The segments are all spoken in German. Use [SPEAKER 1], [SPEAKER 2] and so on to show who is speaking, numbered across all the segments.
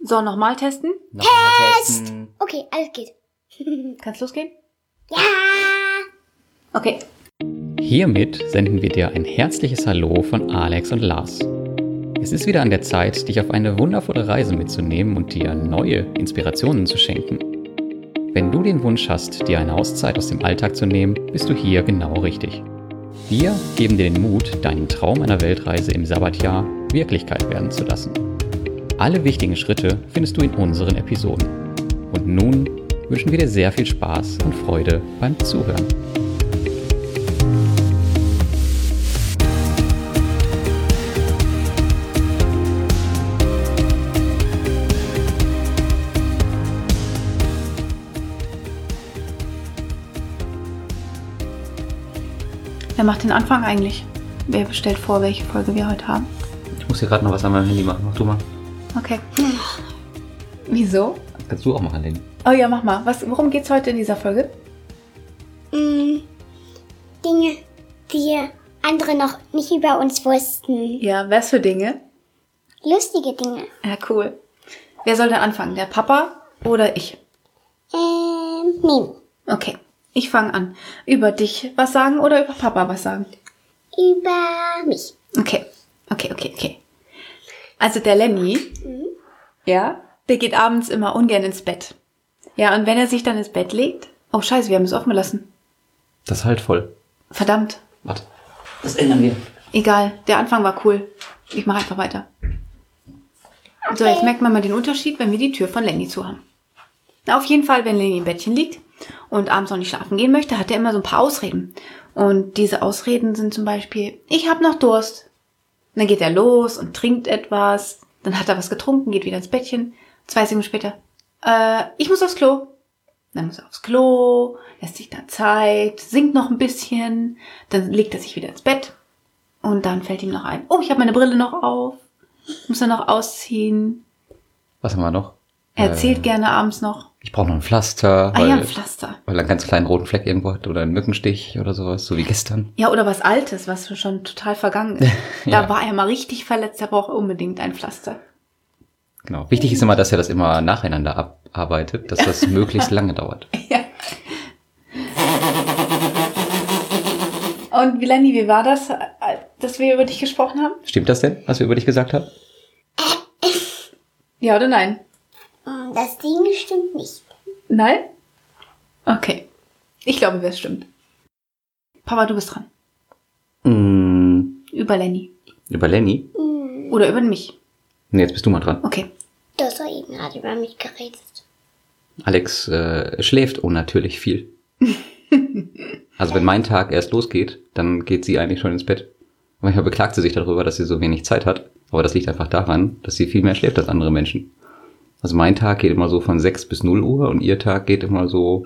[SPEAKER 1] So, nochmal testen.
[SPEAKER 2] Nochmal testen.
[SPEAKER 3] Okay, alles geht.
[SPEAKER 1] Kannst losgehen?
[SPEAKER 3] Ja!
[SPEAKER 1] Okay.
[SPEAKER 2] Hiermit senden wir dir ein herzliches Hallo von Alex und Lars. Es ist wieder an der Zeit, dich auf eine wundervolle Reise mitzunehmen und dir neue Inspirationen zu schenken. Wenn du den Wunsch hast, dir eine Auszeit aus dem Alltag zu nehmen, bist du hier genau richtig. Wir geben dir den Mut, deinen Traum einer Weltreise im Sabbatjahr Wirklichkeit werden zu lassen. Alle wichtigen Schritte findest du in unseren Episoden. Und nun wünschen wir dir sehr viel Spaß und Freude beim Zuhören.
[SPEAKER 1] Wer macht den Anfang eigentlich? Wer bestellt vor, welche Folge wir heute haben?
[SPEAKER 2] Ich muss hier gerade noch was an meinem Handy machen. Mach du mal.
[SPEAKER 1] Okay. Wieso?
[SPEAKER 2] Kannst du auch mal anlegen.
[SPEAKER 1] Oh ja, mach mal. Was, worum geht's heute in dieser Folge?
[SPEAKER 3] Mm, Dinge, die andere noch nicht über uns wussten.
[SPEAKER 1] Ja, was für Dinge?
[SPEAKER 3] Lustige Dinge.
[SPEAKER 1] Ja, cool. Wer soll denn anfangen? Der Papa oder ich?
[SPEAKER 3] Ähm, nee.
[SPEAKER 1] Okay. Ich fange an. Über dich was sagen oder über Papa was sagen?
[SPEAKER 3] Über mich.
[SPEAKER 1] Okay, okay, okay, okay. Also der Lenny, ja, der geht abends immer ungern ins Bett. Ja, und wenn er sich dann ins Bett legt, oh scheiße, wir haben es offen gelassen.
[SPEAKER 2] Das ist halt voll.
[SPEAKER 1] Verdammt,
[SPEAKER 2] Warte. Das ändern wir.
[SPEAKER 1] egal, der Anfang war cool. Ich mache einfach weiter. So, jetzt merkt man mal den Unterschied, wenn wir die Tür von Lenny zu haben. Na, auf jeden Fall, wenn Lenny im Bettchen liegt und abends noch nicht schlafen gehen möchte, hat er immer so ein paar Ausreden. Und diese Ausreden sind zum Beispiel, ich habe noch Durst. Und dann geht er los und trinkt etwas. Dann hat er was getrunken, geht wieder ins Bettchen. Zwei Sekunden später, äh, ich muss aufs Klo. Dann muss er aufs Klo, lässt sich da Zeit, singt noch ein bisschen. Dann legt er sich wieder ins Bett. Und dann fällt ihm noch ein, oh, ich habe meine Brille noch auf. Muss er noch ausziehen.
[SPEAKER 2] Was haben wir noch?
[SPEAKER 1] Er erzählt gerne abends noch.
[SPEAKER 2] Ich brauche noch ein Pflaster.
[SPEAKER 1] Ah ja, ein Pflaster.
[SPEAKER 2] Weil er einen ganz kleinen roten Fleck irgendwo hat oder einen Mückenstich oder sowas, so wie gestern.
[SPEAKER 1] Ja, oder was Altes, was schon total vergangen ist. Da
[SPEAKER 2] Ja.
[SPEAKER 1] war er mal richtig verletzt, er braucht unbedingt ein Pflaster.
[SPEAKER 2] Genau. Wichtig ist immer, dass er das immer nacheinander abarbeitet, dass das möglichst lange dauert.
[SPEAKER 1] Ja. Und Vilani, wie war das, äh, dass wir über dich gesprochen haben?
[SPEAKER 2] Stimmt das denn, was wir über dich gesagt haben?
[SPEAKER 1] Ja oder nein?
[SPEAKER 3] Mm, Das Ding stimmt nicht.
[SPEAKER 1] Nein? Okay. Ich glaube, das stimmt. Papa, du bist dran.
[SPEAKER 2] Mm,
[SPEAKER 1] Über Lenny.
[SPEAKER 2] über Lenny?
[SPEAKER 3] Mm,
[SPEAKER 1] Oder über mich.
[SPEAKER 2] Nee, jetzt bist du mal dran.
[SPEAKER 1] Okay.
[SPEAKER 3] Das hat eben gerade über mich geredet.
[SPEAKER 2] Alex äh, schläft unnatürlich viel. also wenn mein Tag erst losgeht, dann geht sie eigentlich schon ins Bett. Manchmal beklagt sie sich darüber, dass sie so wenig Zeit hat, aber das liegt einfach daran, dass sie viel mehr schläft als andere Menschen. Also mein Tag geht immer so von 6 bis 0 Uhr und ihr Tag geht immer so,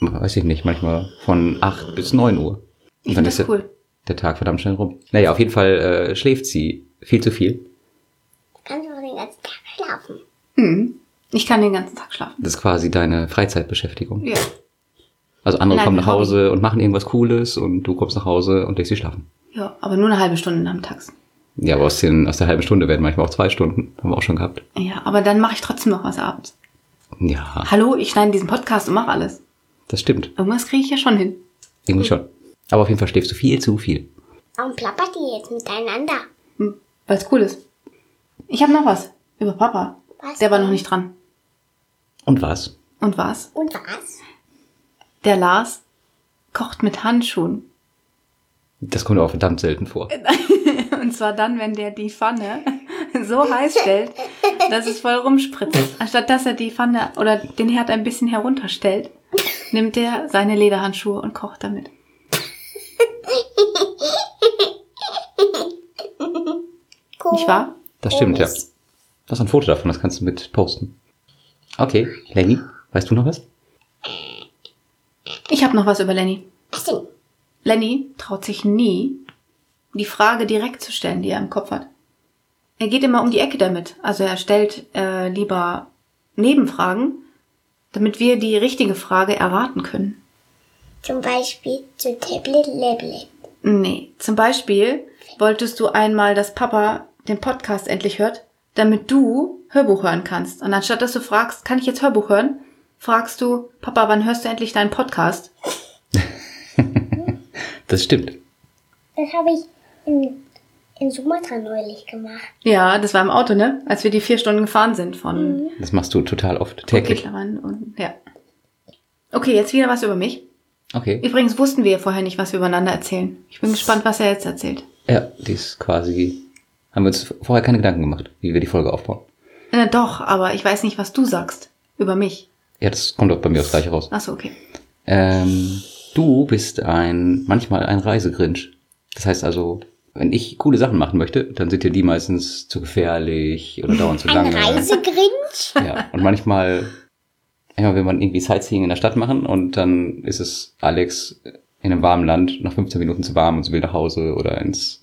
[SPEAKER 2] weiß ich nicht, manchmal von 8 bis 9 Uhr.
[SPEAKER 1] Ich
[SPEAKER 2] Und dann
[SPEAKER 1] find
[SPEAKER 2] ist
[SPEAKER 1] das
[SPEAKER 2] der,
[SPEAKER 1] cool.
[SPEAKER 2] der Tag verdammt schnell rum. Naja, auf jeden Fall äh, schläft sie viel zu viel.
[SPEAKER 3] Du kannst aber den ganzen Tag schlafen.
[SPEAKER 1] Hm. Ich kann den ganzen Tag schlafen.
[SPEAKER 2] Das ist quasi deine Freizeitbeschäftigung.
[SPEAKER 1] Ja.
[SPEAKER 2] Also andere
[SPEAKER 1] Nein,
[SPEAKER 2] kommen nach
[SPEAKER 1] Hobby.
[SPEAKER 2] Hause und machen irgendwas Cooles und du kommst nach Hause und legst sie schlafen.
[SPEAKER 1] Ja, aber nur eine halbe Stunde am Tag.
[SPEAKER 2] Ja, aber aus, den, aus der halben Stunde werden manchmal auch zwei Stunden. Haben wir auch schon gehabt.
[SPEAKER 1] Ja, aber dann mache ich trotzdem noch was abends.
[SPEAKER 2] Ja,
[SPEAKER 1] Hallo, ich schneide diesen Podcast und mache alles.
[SPEAKER 2] das stimmt.
[SPEAKER 1] Irgendwas kriege ich ja schon hin.
[SPEAKER 2] Irgendwie schon. Aber auf jeden Fall schläfst du viel zu viel.
[SPEAKER 3] Warum plappert ihr jetzt miteinander?
[SPEAKER 1] Hm, Weil es cool ist. Ich habe noch was über Papa.
[SPEAKER 3] Was
[SPEAKER 1] Der war
[SPEAKER 3] denn?
[SPEAKER 1] noch nicht dran.
[SPEAKER 2] Und was?
[SPEAKER 1] Und was?
[SPEAKER 3] Und was?
[SPEAKER 1] Der Lars kocht mit Handschuhen.
[SPEAKER 2] Das kommt auch verdammt selten vor.
[SPEAKER 1] Und zwar dann, wenn der die Pfanne so heiß stellt, dass es voll rumspritzt. Anstatt dass er die Pfanne oder den Herd ein bisschen herunterstellt, nimmt er seine Lederhandschuhe und kocht damit.
[SPEAKER 3] Cool.
[SPEAKER 1] Nicht wahr?
[SPEAKER 2] Das stimmt, ja.
[SPEAKER 3] Komisch.
[SPEAKER 2] Das ist ein Foto davon, das kannst du mit posten. Okay, Lenny, weißt du noch was?
[SPEAKER 1] Ich habe noch was über Lenny.
[SPEAKER 3] Was denn?
[SPEAKER 1] Lenny traut sich nie, die Frage direkt zu stellen, die er im Kopf hat. Er geht immer um die Ecke damit. Also er stellt äh, lieber Nebenfragen, damit wir die richtige Frage erraten können.
[SPEAKER 3] Zum Beispiel zu Tablet Label.
[SPEAKER 1] Nee, zum Beispiel wolltest du einmal, dass Papa den Podcast endlich hört, damit du Hörbuch hören kannst. Und anstatt dass du fragst, kann ich jetzt Hörbuch hören, fragst du, Papa, wann hörst du endlich deinen Podcast?
[SPEAKER 2] Das stimmt.
[SPEAKER 3] Das habe ich in, in Sumatra neulich gemacht.
[SPEAKER 1] Ja, das war im Auto, ne? Als wir die vier Stunden gefahren sind von
[SPEAKER 2] Das machst du total oft, täglich.
[SPEAKER 1] Kittlern und ja. Okay, jetzt wieder was über mich.
[SPEAKER 2] Okay.
[SPEAKER 1] Übrigens wussten wir ja vorher nicht, was wir übereinander erzählen. Ich bin gespannt, was er jetzt erzählt.
[SPEAKER 2] Ja, die ist quasi. Haben wir uns vorher keine Gedanken gemacht, wie wir die Folge aufbauen.
[SPEAKER 1] Äh, doch, aber ich weiß nicht, was du sagst über mich.
[SPEAKER 2] Ja, das kommt auch bei mir aufs Gleiche raus.
[SPEAKER 1] Achso, okay.
[SPEAKER 2] Ähm, du bist ein, manchmal ein Reisegrinch. Das heißt also, wenn ich coole Sachen machen möchte, dann sind dir die meistens zu gefährlich oder dauern zu
[SPEAKER 3] Ein
[SPEAKER 2] lange.
[SPEAKER 3] Reisegrinch?
[SPEAKER 2] Ja, und manchmal, manchmal will man irgendwie Sightseeing in der Stadt machen und dann ist es Alex in einem warmen Land, nach 15 Minuten zu warm und sie will nach Hause oder ins,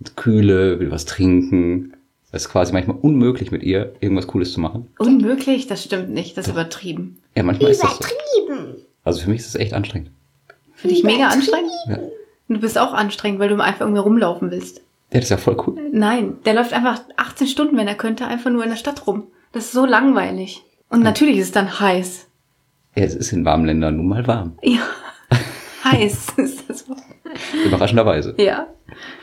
[SPEAKER 2] ins Kühle, will was trinken. Es ist quasi manchmal unmöglich mit ihr, irgendwas Cooles zu machen.
[SPEAKER 1] Unmöglich, das stimmt nicht, das ist übertrieben.
[SPEAKER 2] Ja, manchmal ist das so.
[SPEAKER 3] Übertrieben.
[SPEAKER 2] Also für mich ist das echt anstrengend.
[SPEAKER 1] Finde ich mega anstrengend.
[SPEAKER 2] Ja.
[SPEAKER 1] Und du bist auch anstrengend, weil du einfach irgendwie rumlaufen willst.
[SPEAKER 2] Ja, das ist ja voll cool.
[SPEAKER 1] Nein, der läuft einfach 18 Stunden, wenn er könnte, einfach nur in der Stadt rum. Das ist so langweilig. Und natürlich ist es dann heiß.
[SPEAKER 2] Ja, es ist in warmen Ländern nun mal warm.
[SPEAKER 1] Ja. heiß ist das Wort.
[SPEAKER 2] Überraschenderweise.
[SPEAKER 1] Ja.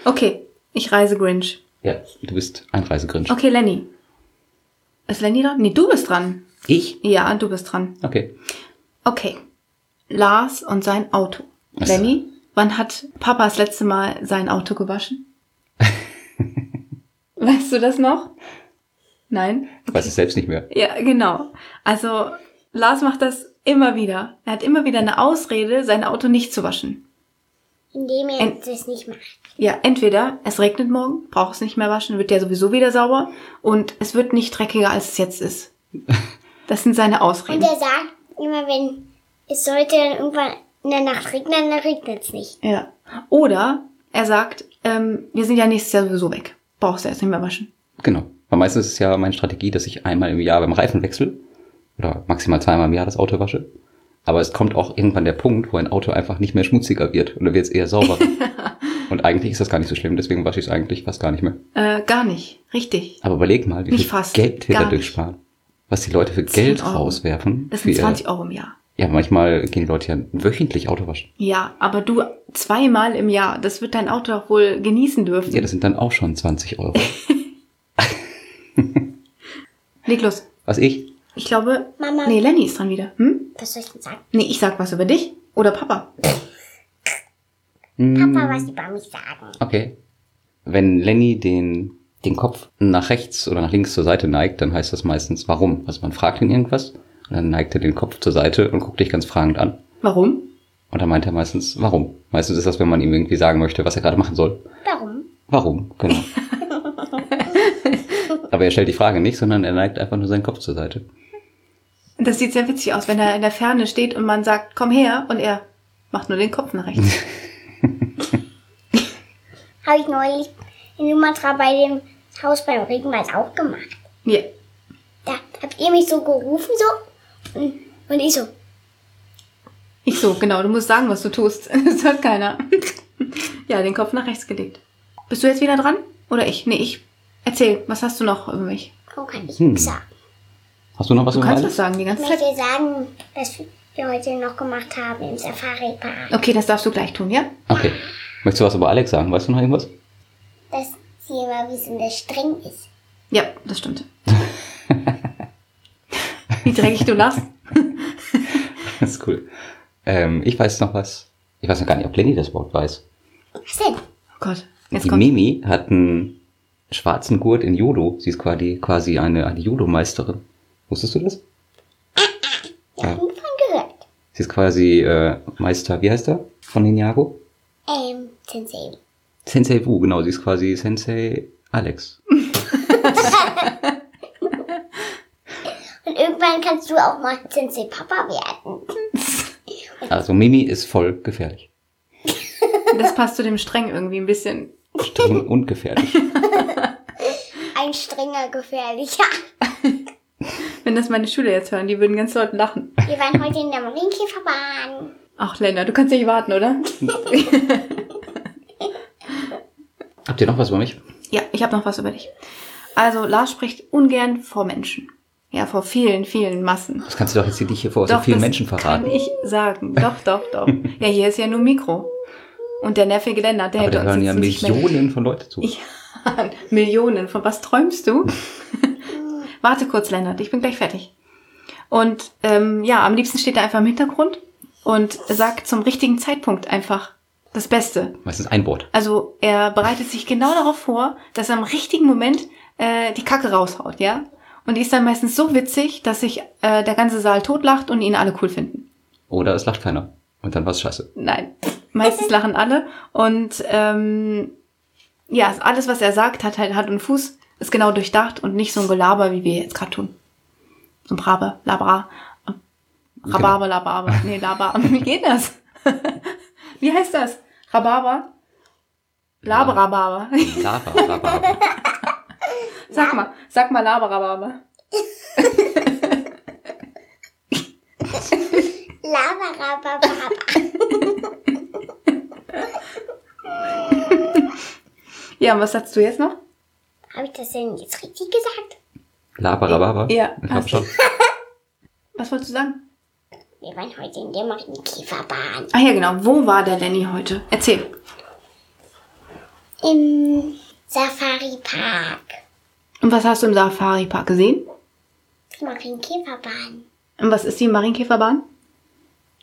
[SPEAKER 1] Okay, ich reise Grinch.
[SPEAKER 2] Ja, du bist ein Reisegrinch.
[SPEAKER 1] Okay, Lenny. Ist Lenny dran? Nee, du bist dran.
[SPEAKER 2] Ich?
[SPEAKER 1] Ja, du bist dran.
[SPEAKER 2] Okay.
[SPEAKER 1] Okay. Lars und sein Auto.
[SPEAKER 2] Ach so.
[SPEAKER 1] Lenny, wann hat Papa das letzte Mal sein Auto gewaschen? weißt du das noch? Nein?
[SPEAKER 2] Ich weiß es selbst nicht mehr.
[SPEAKER 1] Ja, genau. Also Lars macht das immer wieder. Er hat immer wieder eine Ausrede, sein Auto nicht zu waschen.
[SPEAKER 3] Indem
[SPEAKER 1] Ein-
[SPEAKER 3] er das nicht macht.
[SPEAKER 1] Ja, entweder es regnet morgen, braucht es nicht mehr waschen, wird der sowieso wieder sauber und es wird nicht dreckiger, als es jetzt ist. Das sind seine
[SPEAKER 3] Und
[SPEAKER 1] Ausreden.
[SPEAKER 3] er sagt immer, wenn es sollte dann irgendwann in der Nacht regnen, dann regnet es nicht.
[SPEAKER 1] Ja. Oder er sagt, ähm, wir sind ja nächstes Jahr sowieso weg. Brauchst du jetzt nicht mehr waschen.
[SPEAKER 2] Genau. Weil meistens ist es ja meine Strategie, dass ich einmal im Jahr beim Reifen wechsle oder maximal zweimal im Jahr das Auto wasche. Aber es kommt auch irgendwann der Punkt, wo ein Auto einfach nicht mehr schmutziger wird oder wird es eher sauberer. Und eigentlich ist das gar nicht so schlimm, deswegen wasche ich es eigentlich fast gar nicht mehr.
[SPEAKER 1] Äh, gar nicht. Richtig.
[SPEAKER 2] Aber überleg mal, wie
[SPEAKER 1] Nicht
[SPEAKER 2] viel
[SPEAKER 1] fast,
[SPEAKER 2] Geld wir
[SPEAKER 1] gar
[SPEAKER 2] dadurch
[SPEAKER 1] nicht.
[SPEAKER 2] sparen. Was die Leute für
[SPEAKER 1] 10
[SPEAKER 2] Geld
[SPEAKER 1] Euro.
[SPEAKER 2] rauswerfen.
[SPEAKER 1] Das
[SPEAKER 2] für
[SPEAKER 1] sind
[SPEAKER 2] ihr-
[SPEAKER 1] 20 Euro im Jahr.
[SPEAKER 2] Ja, manchmal gehen die Leute ja wöchentlich Auto waschen.
[SPEAKER 1] Ja, aber du zweimal im Jahr, das wird dein Auto doch wohl genießen dürfen.
[SPEAKER 2] Ja, das sind dann auch schon 20 Euro.
[SPEAKER 1] Leg los.
[SPEAKER 2] Was ich?
[SPEAKER 1] Ich glaube,
[SPEAKER 3] Mama.
[SPEAKER 1] Nee, Lenny ist dran wieder. Hm?
[SPEAKER 3] Was soll ich denn sagen?
[SPEAKER 1] Nee, ich sag was über dich oder Papa.
[SPEAKER 3] Papa, was über mich sagen.
[SPEAKER 2] Okay. Wenn Lenny den, den Kopf nach rechts oder nach links zur Seite neigt, dann heißt das meistens warum. Also man fragt ihn irgendwas und dann neigt er den Kopf zur Seite und guckt dich ganz fragend an.
[SPEAKER 1] Warum?
[SPEAKER 2] Und dann meint er meistens warum. Meistens ist das, wenn man ihm irgendwie sagen möchte, was er gerade machen soll.
[SPEAKER 3] Warum?
[SPEAKER 2] Warum, genau. Aber er stellt die Frage nicht, sondern er neigt einfach nur seinen Kopf zur Seite.
[SPEAKER 1] Das sieht sehr witzig aus, wenn er in der Ferne steht und man sagt, komm her, und er macht nur den Kopf nach rechts.
[SPEAKER 3] Habe ich neulich in Sumatra bei dem Haus beim Regenwald auch gemacht.
[SPEAKER 1] Ja.
[SPEAKER 3] Da habt ihr mich so gerufen so und, und ich so,
[SPEAKER 1] Ich so, genau, du musst sagen, was du tust. Das hört keiner. ja, den Kopf nach rechts gelegt. Bist du jetzt wieder dran? Oder ich? Nee, ich. Erzähl, was hast du noch über mich?
[SPEAKER 3] warum kann ich
[SPEAKER 2] Hm.
[SPEAKER 3] nichts sagen?
[SPEAKER 2] Hast du noch was
[SPEAKER 1] Du kannst das
[SPEAKER 2] alles?
[SPEAKER 1] sagen, die ganze
[SPEAKER 3] Ich
[SPEAKER 1] Zeit.
[SPEAKER 3] möchte sagen, was wir heute noch gemacht haben im Safari-Park.
[SPEAKER 1] Okay, das darfst du gleich tun, ja?
[SPEAKER 2] Okay. Möchtest du was über Alex sagen? Weißt du noch irgendwas?
[SPEAKER 3] Dass sie immer besonders streng ist.
[SPEAKER 1] Ja, das stimmt. Wie dreckig du lachst. Oh
[SPEAKER 2] Das ist cool. Ähm, ich weiß noch was. Ich weiß noch gar nicht, ob Lenny das Wort weiß.
[SPEAKER 3] Was denn?
[SPEAKER 1] Oh Gott, jetzt
[SPEAKER 2] die
[SPEAKER 1] kommt.
[SPEAKER 2] Mimi hat einen schwarzen Gurt in Judo. Sie ist quasi, quasi eine, eine Judo-Meisterin. Wusstest du das?
[SPEAKER 3] Ja,
[SPEAKER 2] Ja.
[SPEAKER 3] ja. von gehört.
[SPEAKER 2] Sie ist quasi äh, Meister, wie heißt er? Von Ninjago?
[SPEAKER 3] Ähm, Sensei.
[SPEAKER 2] Sensei Wu, genau. Sie ist quasi Sensei Alex.
[SPEAKER 3] Und irgendwann kannst du auch mal Sensei Papa werden.
[SPEAKER 2] Also Mimi ist voll gefährlich.
[SPEAKER 1] Das passt zu dem Streng irgendwie ein bisschen.
[SPEAKER 2] Streng und gefährlich.
[SPEAKER 3] Ein strenger Gefährlicher.
[SPEAKER 1] Wenn das meine Schüler jetzt hören, die würden ganz laut lachen.
[SPEAKER 3] Wir waren heute in der Marienkäferbahn.
[SPEAKER 1] Ach, Lena, du kannst nicht warten, oder?
[SPEAKER 2] Habt ihr noch was über mich?
[SPEAKER 1] Ja, ich habe noch was über dich. Also Lars spricht ungern vor Menschen. Ja, vor vielen, vielen Massen.
[SPEAKER 2] Das kannst du doch jetzt hier nicht hier vor so vielen
[SPEAKER 1] das
[SPEAKER 2] Menschen verraten.
[SPEAKER 1] kann ich sagen. Doch, doch, doch. ja, hier ist ja nur Mikro. Und der nervige Lennart, der
[SPEAKER 2] Aber
[SPEAKER 1] hätte
[SPEAKER 2] da
[SPEAKER 1] uns
[SPEAKER 2] hören
[SPEAKER 1] jetzt
[SPEAKER 2] ja
[SPEAKER 1] nicht mehr-
[SPEAKER 2] Millionen von Leuten zu.
[SPEAKER 1] Ja, Millionen. Von was träumst du? Warte kurz, Lennart, ich bin gleich fertig. Und ähm, ja, am liebsten steht er einfach im Hintergrund und sagt zum richtigen Zeitpunkt einfach das Beste.
[SPEAKER 2] Meistens ein Wort.
[SPEAKER 1] Also er bereitet sich genau darauf vor, dass er im richtigen Moment äh, die Kacke raushaut, ja? Und die ist dann meistens so witzig, dass sich äh, der ganze Saal totlacht und ihn alle cool finden.
[SPEAKER 2] Oder es lacht keiner. Und dann war's scheiße.
[SPEAKER 1] Nein, meistens lachen alle. Und ähm, ja, alles, was er sagt, hat halt Hand und Fuß, ist genau durchdacht und nicht so ein Gelaber, wie wir jetzt gerade tun. So ein Brabe, Labra, Rhabarber, Labarber. Nee, Labar. Wie geht das? wie heißt das? Rhabarber? Laberabarber.
[SPEAKER 2] Lava, Lava.
[SPEAKER 1] Sag mal, sag mal Laberabarber.
[SPEAKER 3] Labarababa.
[SPEAKER 1] Ja, und was sagst du jetzt noch?
[SPEAKER 3] Habe ich das denn jetzt richtig gesagt?
[SPEAKER 2] Lava, Lava.
[SPEAKER 1] Ja,
[SPEAKER 2] Ich glaube
[SPEAKER 1] hast
[SPEAKER 2] schon.
[SPEAKER 1] Was wolltest du sagen?
[SPEAKER 3] Wir waren heute in der Marienkäferbahn.
[SPEAKER 1] Ach ja, genau. Wo war der Lenny heute? Erzähl.
[SPEAKER 3] Im Safari-Park.
[SPEAKER 1] Und was hast du im Safari-Park gesehen?
[SPEAKER 3] Die Marienkäferbahn.
[SPEAKER 1] Und was ist die Marienkäferbahn?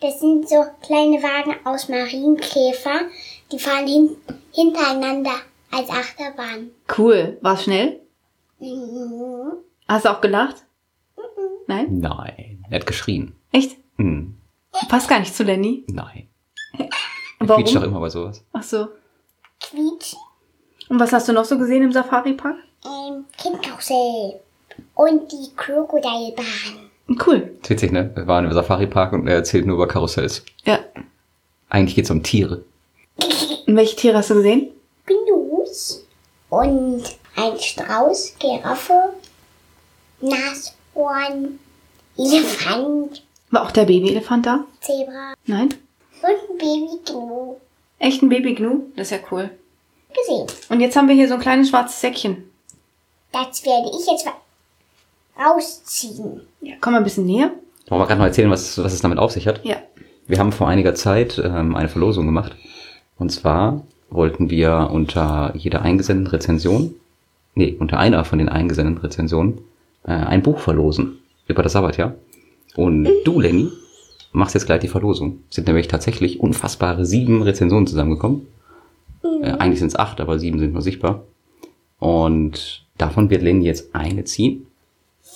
[SPEAKER 3] Das sind so kleine Wagen aus Marienkäfer. Die fahren hin hintereinander als Achterbahn.
[SPEAKER 1] Cool. War es schnell?
[SPEAKER 3] Mhm.
[SPEAKER 1] Hast du auch gelacht? Nein?
[SPEAKER 2] Nein. Er hat geschrien.
[SPEAKER 1] Echt?
[SPEAKER 2] Hm.
[SPEAKER 1] Passt gar nicht zu Lenny.
[SPEAKER 2] Nein. Er quietscht doch
[SPEAKER 1] Warum?
[SPEAKER 2] immer bei sowas.
[SPEAKER 1] Ach so.
[SPEAKER 3] Quietsch.
[SPEAKER 1] Und was hast du noch so gesehen im Safari-Park?
[SPEAKER 3] Ähm, Kindkarussell. Und die Krokodilbahn.
[SPEAKER 1] Cool.
[SPEAKER 2] Ist witzig, ne? Wir waren im Safari-Park und er erzählt nur über Karussells.
[SPEAKER 1] Ja.
[SPEAKER 2] Eigentlich geht's um Tiere.
[SPEAKER 1] Und welche Tiere hast du gesehen?
[SPEAKER 3] Gnus. Und ein Strauß, Giraffe, Nashorn, Elefant,
[SPEAKER 1] War auch der Babyelefant da?
[SPEAKER 3] Zebra
[SPEAKER 1] Nein?
[SPEAKER 3] und ein Baby-Gnu.
[SPEAKER 1] Echt ein Baby-Gnu? Das ist ja cool.
[SPEAKER 3] Gesehen.
[SPEAKER 1] Und jetzt haben wir hier so ein kleines schwarzes Säckchen.
[SPEAKER 3] Das werde ich jetzt wa- rausziehen.
[SPEAKER 1] Ja, komm mal ein bisschen näher.
[SPEAKER 2] Wollen wir gerade mal erzählen, was, was es damit auf sich hat?
[SPEAKER 1] Ja.
[SPEAKER 2] Wir haben vor einiger Zeit ähm, eine Verlosung gemacht. Und zwar wollten wir unter jeder eingesendeten Rezension, nee, unter einer von den eingesendeten Rezensionen, äh, ein Buch verlosen über das Sabbatjahr. Und du, Lenny, machst jetzt gleich die Verlosung. Es sind nämlich tatsächlich unfassbare sieben Rezensionen zusammengekommen. Äh, eigentlich sind es acht, aber sieben sind nur sichtbar. Und davon wird Lenny jetzt eine ziehen.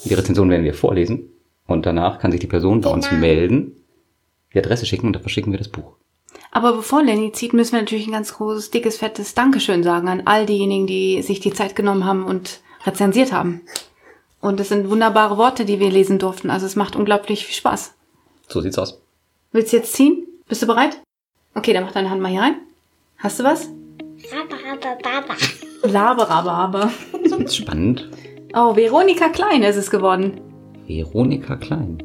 [SPEAKER 2] Die Rezension werden wir vorlesen. Und danach kann sich die Person bei uns
[SPEAKER 3] Genau.
[SPEAKER 2] melden die Adresse schicken und dann verschicken wir das Buch.
[SPEAKER 1] Aber bevor Lenny zieht, müssen wir natürlich ein ganz großes, dickes, fettes Dankeschön sagen an all diejenigen, die sich die Zeit genommen haben und rezensiert haben. Und es sind wunderbare Worte, die wir lesen durften. Also es macht unglaublich viel Spaß.
[SPEAKER 2] So sieht's aus.
[SPEAKER 1] Willst du jetzt ziehen? Bist du bereit? Okay, dann mach deine Hand mal hier rein. Hast du was?
[SPEAKER 3] Rabarababa.
[SPEAKER 1] Laberababer.
[SPEAKER 2] Das ist spannend.
[SPEAKER 1] Oh, Veronika Klein ist es geworden.
[SPEAKER 2] Veronika Klein.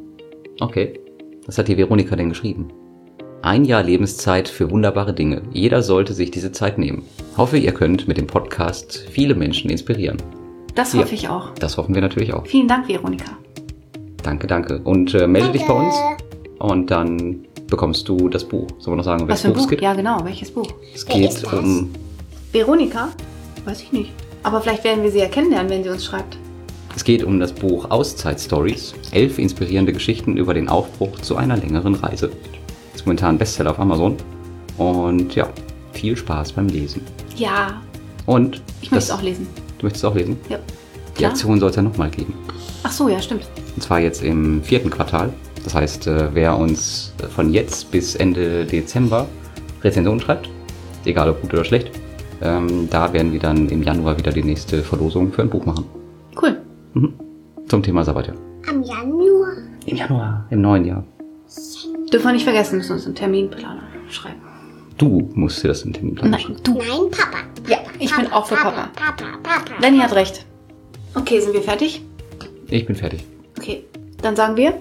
[SPEAKER 2] Okay. Was hat die Veronika denn geschrieben? Ein Jahr Lebenszeit für wunderbare Dinge. Jeder sollte sich diese Zeit nehmen. Hoffe, ihr könnt mit dem Podcast viele Menschen inspirieren.
[SPEAKER 1] Das
[SPEAKER 2] Ja.
[SPEAKER 1] hoffe ich auch.
[SPEAKER 2] Das hoffen wir natürlich auch.
[SPEAKER 1] Vielen Dank, Veronika.
[SPEAKER 2] Danke, danke. Und äh, melde dich bei uns
[SPEAKER 3] Danke.
[SPEAKER 2] und dann bekommst du das Buch. Sollen wir noch sagen, um
[SPEAKER 1] Was
[SPEAKER 2] welches
[SPEAKER 1] für ein
[SPEAKER 2] Buch es
[SPEAKER 1] Buch?
[SPEAKER 2] geht?
[SPEAKER 1] Ja, genau. Welches Buch?
[SPEAKER 2] Es
[SPEAKER 3] Wer
[SPEAKER 2] geht
[SPEAKER 3] ist das?
[SPEAKER 2] um.
[SPEAKER 1] Veronika? Weiß ich nicht. Aber vielleicht werden wir sie ja kennenlernen, wenn sie uns schreibt.
[SPEAKER 2] Es geht um das Buch Auszeit-Stories, elf inspirierende Geschichten über den Aufbruch zu einer längeren Reise. Ist momentan Bestseller auf Amazon. Und ja, viel Spaß beim Lesen.
[SPEAKER 1] Ja,
[SPEAKER 2] Und
[SPEAKER 1] ich möchte es auch lesen.
[SPEAKER 2] Du möchtest es auch lesen?
[SPEAKER 1] Ja.
[SPEAKER 2] Die
[SPEAKER 1] Klar.
[SPEAKER 2] Aktion soll es ja nochmal geben.
[SPEAKER 1] Ach so, ja, stimmt.
[SPEAKER 2] Und zwar jetzt im vierten Quartal. Das heißt, äh, wer uns äh, von jetzt bis Ende Dezember Rezensionen schreibt, egal ob gut oder schlecht, ähm, da werden wir dann im Januar wieder die nächste Verlosung für ein Buch machen.
[SPEAKER 1] Cool.
[SPEAKER 2] Zum Thema Sabbatjahr.
[SPEAKER 3] Am Januar.
[SPEAKER 2] Im Januar, im neuen Jahr.
[SPEAKER 1] Dürfen wir nicht vergessen, müssen uns einen Terminplaner schreiben.
[SPEAKER 2] Du musst dir das im Terminplan schreiben.
[SPEAKER 1] Nein, du.
[SPEAKER 3] Nein, Papa.
[SPEAKER 1] Ja, ich bin auch für Papa.
[SPEAKER 3] Papa, Papa.
[SPEAKER 1] Lenny hat recht. Okay, sind wir fertig?
[SPEAKER 2] Ich bin fertig.
[SPEAKER 1] Okay, dann sagen wir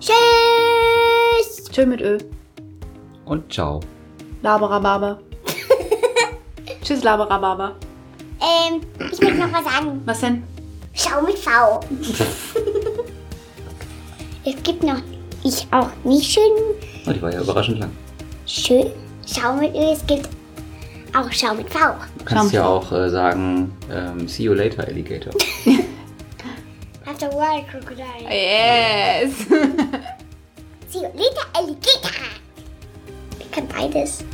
[SPEAKER 3] Tschüss.
[SPEAKER 1] Tschö mit Ö.
[SPEAKER 2] Und ciao.
[SPEAKER 1] Laberababer. Tschüss, Laberababer.
[SPEAKER 3] Ähm, ich möchte noch was sagen.
[SPEAKER 1] Was denn?
[SPEAKER 3] Schau mit V. es gibt noch ich auch nicht schön
[SPEAKER 2] Oh, die war ja überraschend lang.
[SPEAKER 3] Schön. Schau mit Ö, es gibt auch Schau mit V.
[SPEAKER 2] Du kannst
[SPEAKER 1] Schau.
[SPEAKER 2] ja auch äh, sagen, ähm, see you later, Alligator.
[SPEAKER 3] After a while, Crocodile.
[SPEAKER 1] Yes.
[SPEAKER 3] See you later, Alligator. Wir können beides.